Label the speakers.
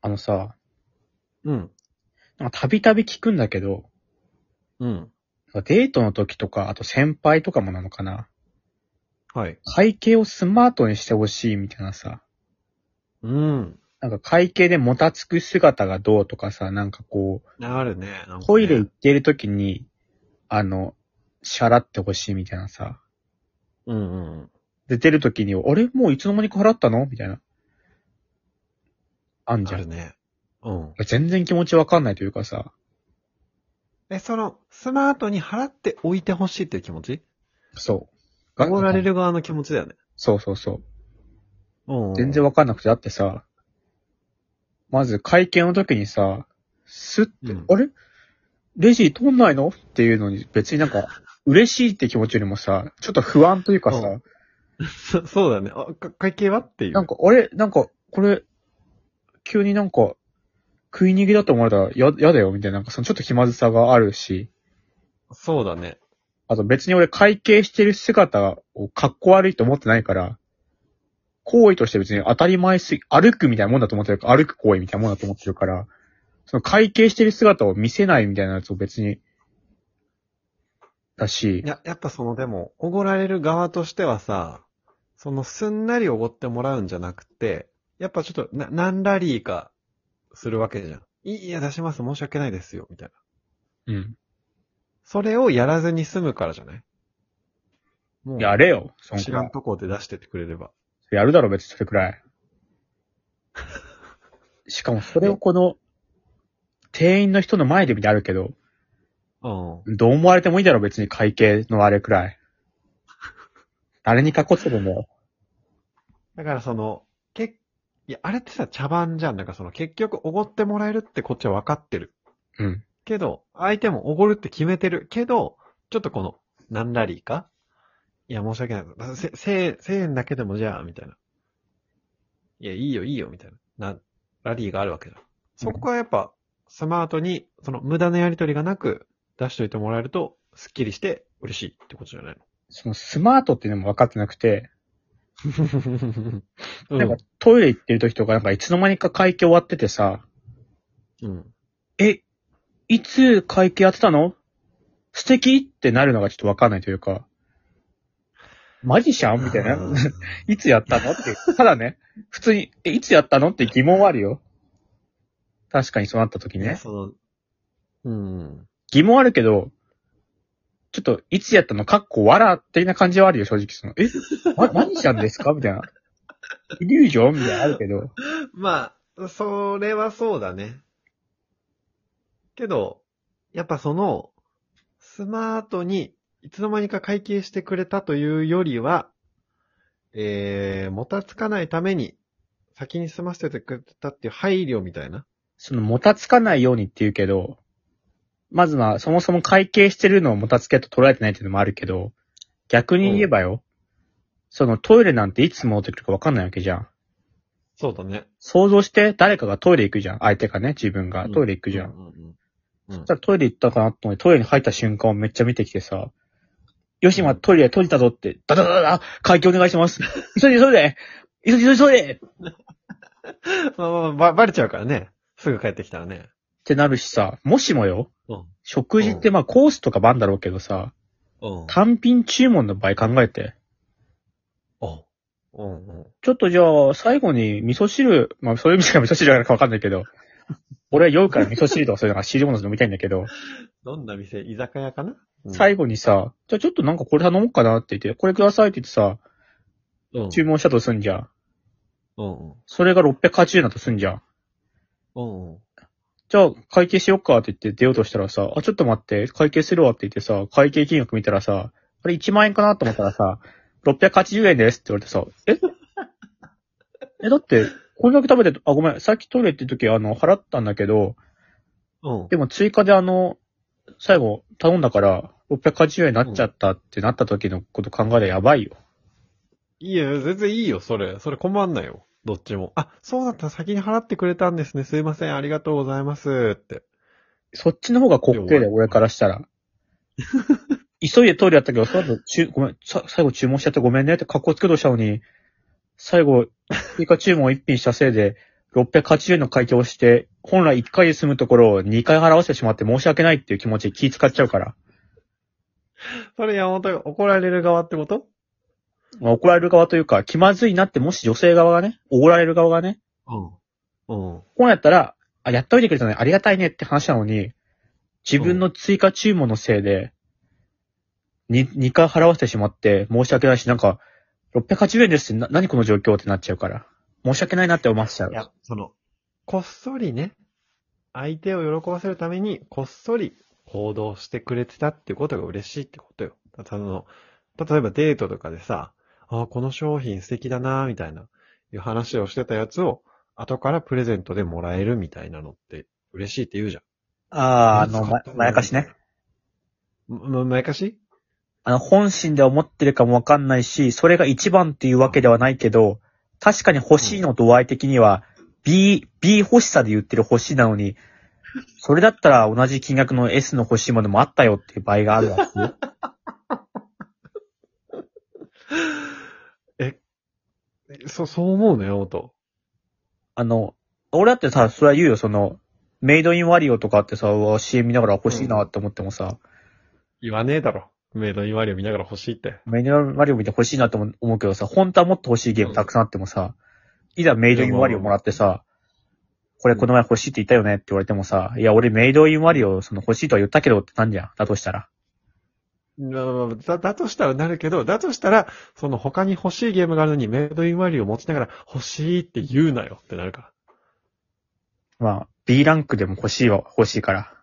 Speaker 1: あのさ、
Speaker 2: うん。
Speaker 1: なんかたびたび聞くんだけど、
Speaker 2: うん。
Speaker 1: なんかデートの時とか、あと先輩とかもなのかな。
Speaker 2: はい。
Speaker 1: 会計をスマートにしてほしいみたいなさ、
Speaker 2: うん。
Speaker 1: なんか会計でもたつく姿がどうとかさ、なんかこ
Speaker 2: あるね。なんかね
Speaker 1: う、トイレ行ってる時に、あの、支払ってほしいみたいなさ、
Speaker 2: うんうん。
Speaker 1: 出てる時に、あれもういつの間にか払ったのみたいな。あんじ
Speaker 2: あ
Speaker 1: ゃ
Speaker 2: る
Speaker 1: ん。
Speaker 2: ね。うん。
Speaker 1: 全然気持ちわかんないというかさ、
Speaker 2: え、その、スマートに払っておいてほしいっていう気持ち
Speaker 1: そう。が
Speaker 2: おられる側の気持ちだよね。
Speaker 1: そうそうそう。
Speaker 2: うん。
Speaker 1: 全然わかんなくて、だってさ、まず会計の時にさ、スッて、
Speaker 2: うん
Speaker 1: あれレジ通んないのっていうのに、別になんか、嬉しいって気持ちよりもさ、ちょっと不安というかさ、
Speaker 2: う そそうだね。あ、か会計はっていう。
Speaker 1: なんか、あれなんか、これ、急になんか、食い逃げだと思われたら、や、やだよ、みたいな、なんか、そのちょっと気まずさがあるし、
Speaker 2: そうだね。
Speaker 1: あと別に俺会計してる姿をかっこ悪いと思ってないから、行為として別に当たり前すぎ、歩くみたいなもんだと思ってるから、歩く行為みたいなもんだと思ってるから、その会計してる姿を見せないみたいなやつを別に、だし
Speaker 2: い、や、やっぱその、でも、おごられる側としてはさ、その、すんなりおごってもらうんじゃなくて、やっぱちょっと、な、何ラリーか、するわけじゃん。いいや、出します。申し訳ないですよ。みたいな。
Speaker 1: うん。
Speaker 2: それをやらずに済むからじゃないもう、
Speaker 1: やれよ、そん
Speaker 2: 知
Speaker 1: く
Speaker 2: ら
Speaker 1: ら
Speaker 2: ん
Speaker 1: い。
Speaker 2: とこで出してってくれれば。
Speaker 1: やるだろ別にそれく らい。しかもそれをこの、店員の人の前で見てあるけど、
Speaker 2: うん。
Speaker 1: どう思われてもいいだろ別に会計のあれくらい。誰にかっこつけてんだよ。
Speaker 2: だからその、け、いや、あれってさ、茶番じゃん。なんかその、結局、おごってもらえるってこっちは分かってる。
Speaker 1: うん。
Speaker 2: けど、相手もおごるって決めてる。けど、ちょっとこの、何ラリーかいや、申し訳ない。せ、せ、千円だけでもじゃあ、みたいな。いや、いいよ、いいよ、みたいな。な、ラリーがあるわけじゃん。そこはやっぱ、スマートに、その、無駄なやりとりがなく、出しといてもらえると、スッキリして、嬉しいってことじゃない
Speaker 1: そのスマートっていうのも分かってなくて、
Speaker 2: の
Speaker 1: なんかトイレ行ってる時とか、なんかいつの間にか会計終わっててさ、
Speaker 2: うん。うん。
Speaker 1: え、いつ会計やってたの素敵ってなるのがちょっと分かんないというか、マジシャンみたいな。いつやったのって。ただね、普通に、え、いつやったのって疑問はあるよ。確かにそうなった時
Speaker 2: いや
Speaker 1: ね。
Speaker 2: その、うん。
Speaker 1: 疑問あるけど、ちょっと、いつやったのかっこわら的な感じはあるよ、正直その。え、 ま、何したんですかみたいな。イリュージョンみたいなのあるけど。
Speaker 2: まあ、それはそうだね。けど、やっぱその、スマートに、いつの間にか会計してくれたというよりは、えー、もたつかないために、先に済ませてくれたっていう配慮みたいな。
Speaker 1: その、もたつかないようにって言うけど、まずまあ、そもそも会計してるのをもたつけと捉えてないっていうのもあるけど、逆に言えばよ、そのトイレなんていつ戻ってくるかわかんないわけじゃん。
Speaker 2: そうだね。
Speaker 1: 想像して誰かがトイレ行くじゃん。相手がね、自分がトイレ行くじゃん。
Speaker 2: ううんうん
Speaker 1: そしたらトイレ行ったかなと思って、トイレに入った瞬間をめっちゃ見てきてさ、よし、今トイレ閉じたぞって、ダダダダダ、会計お願いします。急いで急いで急いで急いでっ
Speaker 2: まあまあまあば、ばれちゃうからね。すぐ帰ってきたらね。
Speaker 1: てなるしさ、もしもよ、
Speaker 2: うん
Speaker 1: 食事ってまあコースとかばんだろうけどさ、
Speaker 2: うん。
Speaker 1: 単品注文の場合考えて、
Speaker 2: おうんうん。
Speaker 1: ちょっとじゃあ、最後に味噌汁、まあそういう店が味噌汁なのかわかんないけど、 俺は酔うから味噌汁とかそういうのが汁物飲みたいんだけど、
Speaker 2: どんな店居酒屋かな
Speaker 1: 最後にさ、じゃあちょっとなんかこれ頼もうかなって言って、これくださいって言ってさ、
Speaker 2: 後
Speaker 1: 注文したとすんじゃん。
Speaker 2: うんうん。
Speaker 1: それが680円だとすんじゃん。
Speaker 2: うんうん。
Speaker 1: じゃあ会計しよっかって言って出ようとしたらさ、あ、ちょっと待って、会計するわって言ってさ、会計金額見たらさ、あれ1万円かなと思ったらさ、680円ですって言われてさ、え え、だって、こんだけ食べて、あ、ごめん、さっきトイレ行ってる時あの、払ったんだけど、
Speaker 2: うん。
Speaker 1: でも追加であの、最後頼んだから、680円になっちゃったってなった時のこと考えたらやばいよ。
Speaker 2: いいや、全然いいよ、それ。それ困んないよ。どっちも。あ、そうだった、先に払ってくれたんですね。すいません、ありがとうございます。って。
Speaker 1: そっちの方が滑稽だよ、俺からしたら。急いでトイレやったけど、その後、ちゅごめん、さ、最後注文しちゃってごめんねって格好つけとしたのに、最後、追加注文一品したせいで、 680円の会計をして、本来1回で済むところを2回払わせてしまって申し訳ないっていう気持ちで気使っちゃうから。
Speaker 2: それ山本が怒られる側ってこと
Speaker 1: まあ、怒られる側というか、気まずいなってもし女性側がね、おごられる側がね、
Speaker 2: うん。うん。
Speaker 1: 本やったら、あ、やっといてくれたね、ありがたいねって話なのに、自分の追加注文のせいで、に、2回払わせてしまって、申し訳ないし、なんか、680円ですって、な、何この状況ってなっちゃうから。申し訳ないなって思っちゃう
Speaker 2: い。や、その、こっそりね、相手を喜ばせるために、こっそり行動してくれてたってことが嬉しいってことよ。だその、例えばデートとかでさ、あーこの商品素敵だなーみたいな、いう話をしてたやつを、後からプレゼントでもらえるみたいなのって、嬉しいって言うじゃん。
Speaker 1: あー、あの、
Speaker 2: 使っ
Speaker 1: ま
Speaker 2: た、の
Speaker 1: まやかしね。。
Speaker 2: ま、まやかし
Speaker 1: あの、本心で思ってるかもわかんないし、それが一番っていうわけではないけど、確かに欲しいの度合い的には、B、B 欲しさで言ってる欲しいなのに、それだったら同じ金額の S の欲しいものもあったよっていう場合があるわけよ。
Speaker 2: えそ、そう思うのよ、山本。
Speaker 1: あの、俺だってさ、それは言うよ、その、メイドインワリオとかってさ、うわ CM 見ながら欲しいなって思ってもさ、
Speaker 2: 言わねえだろ。メイドインワリを見ながら欲しいって。
Speaker 1: メイドインワリオ見て欲しいなって思思うけどさ、本当はもっと欲しいゲームたくさんあってもさ、いざメイドインワリオもらってさ、これこの前欲しいって言ったよねって言われてもさ、いや俺メイドインワリオその欲しいとは言ったけどってなんじゃん、だとしたら。
Speaker 2: まあまあまあだ、だとしたらなるけど、だとしたら、その他に欲しいゲームがあるのにメイドインワリーを持ちながら欲しいって言うなよってなるから。
Speaker 1: まあ、B ランクでも欲しいは欲しいから。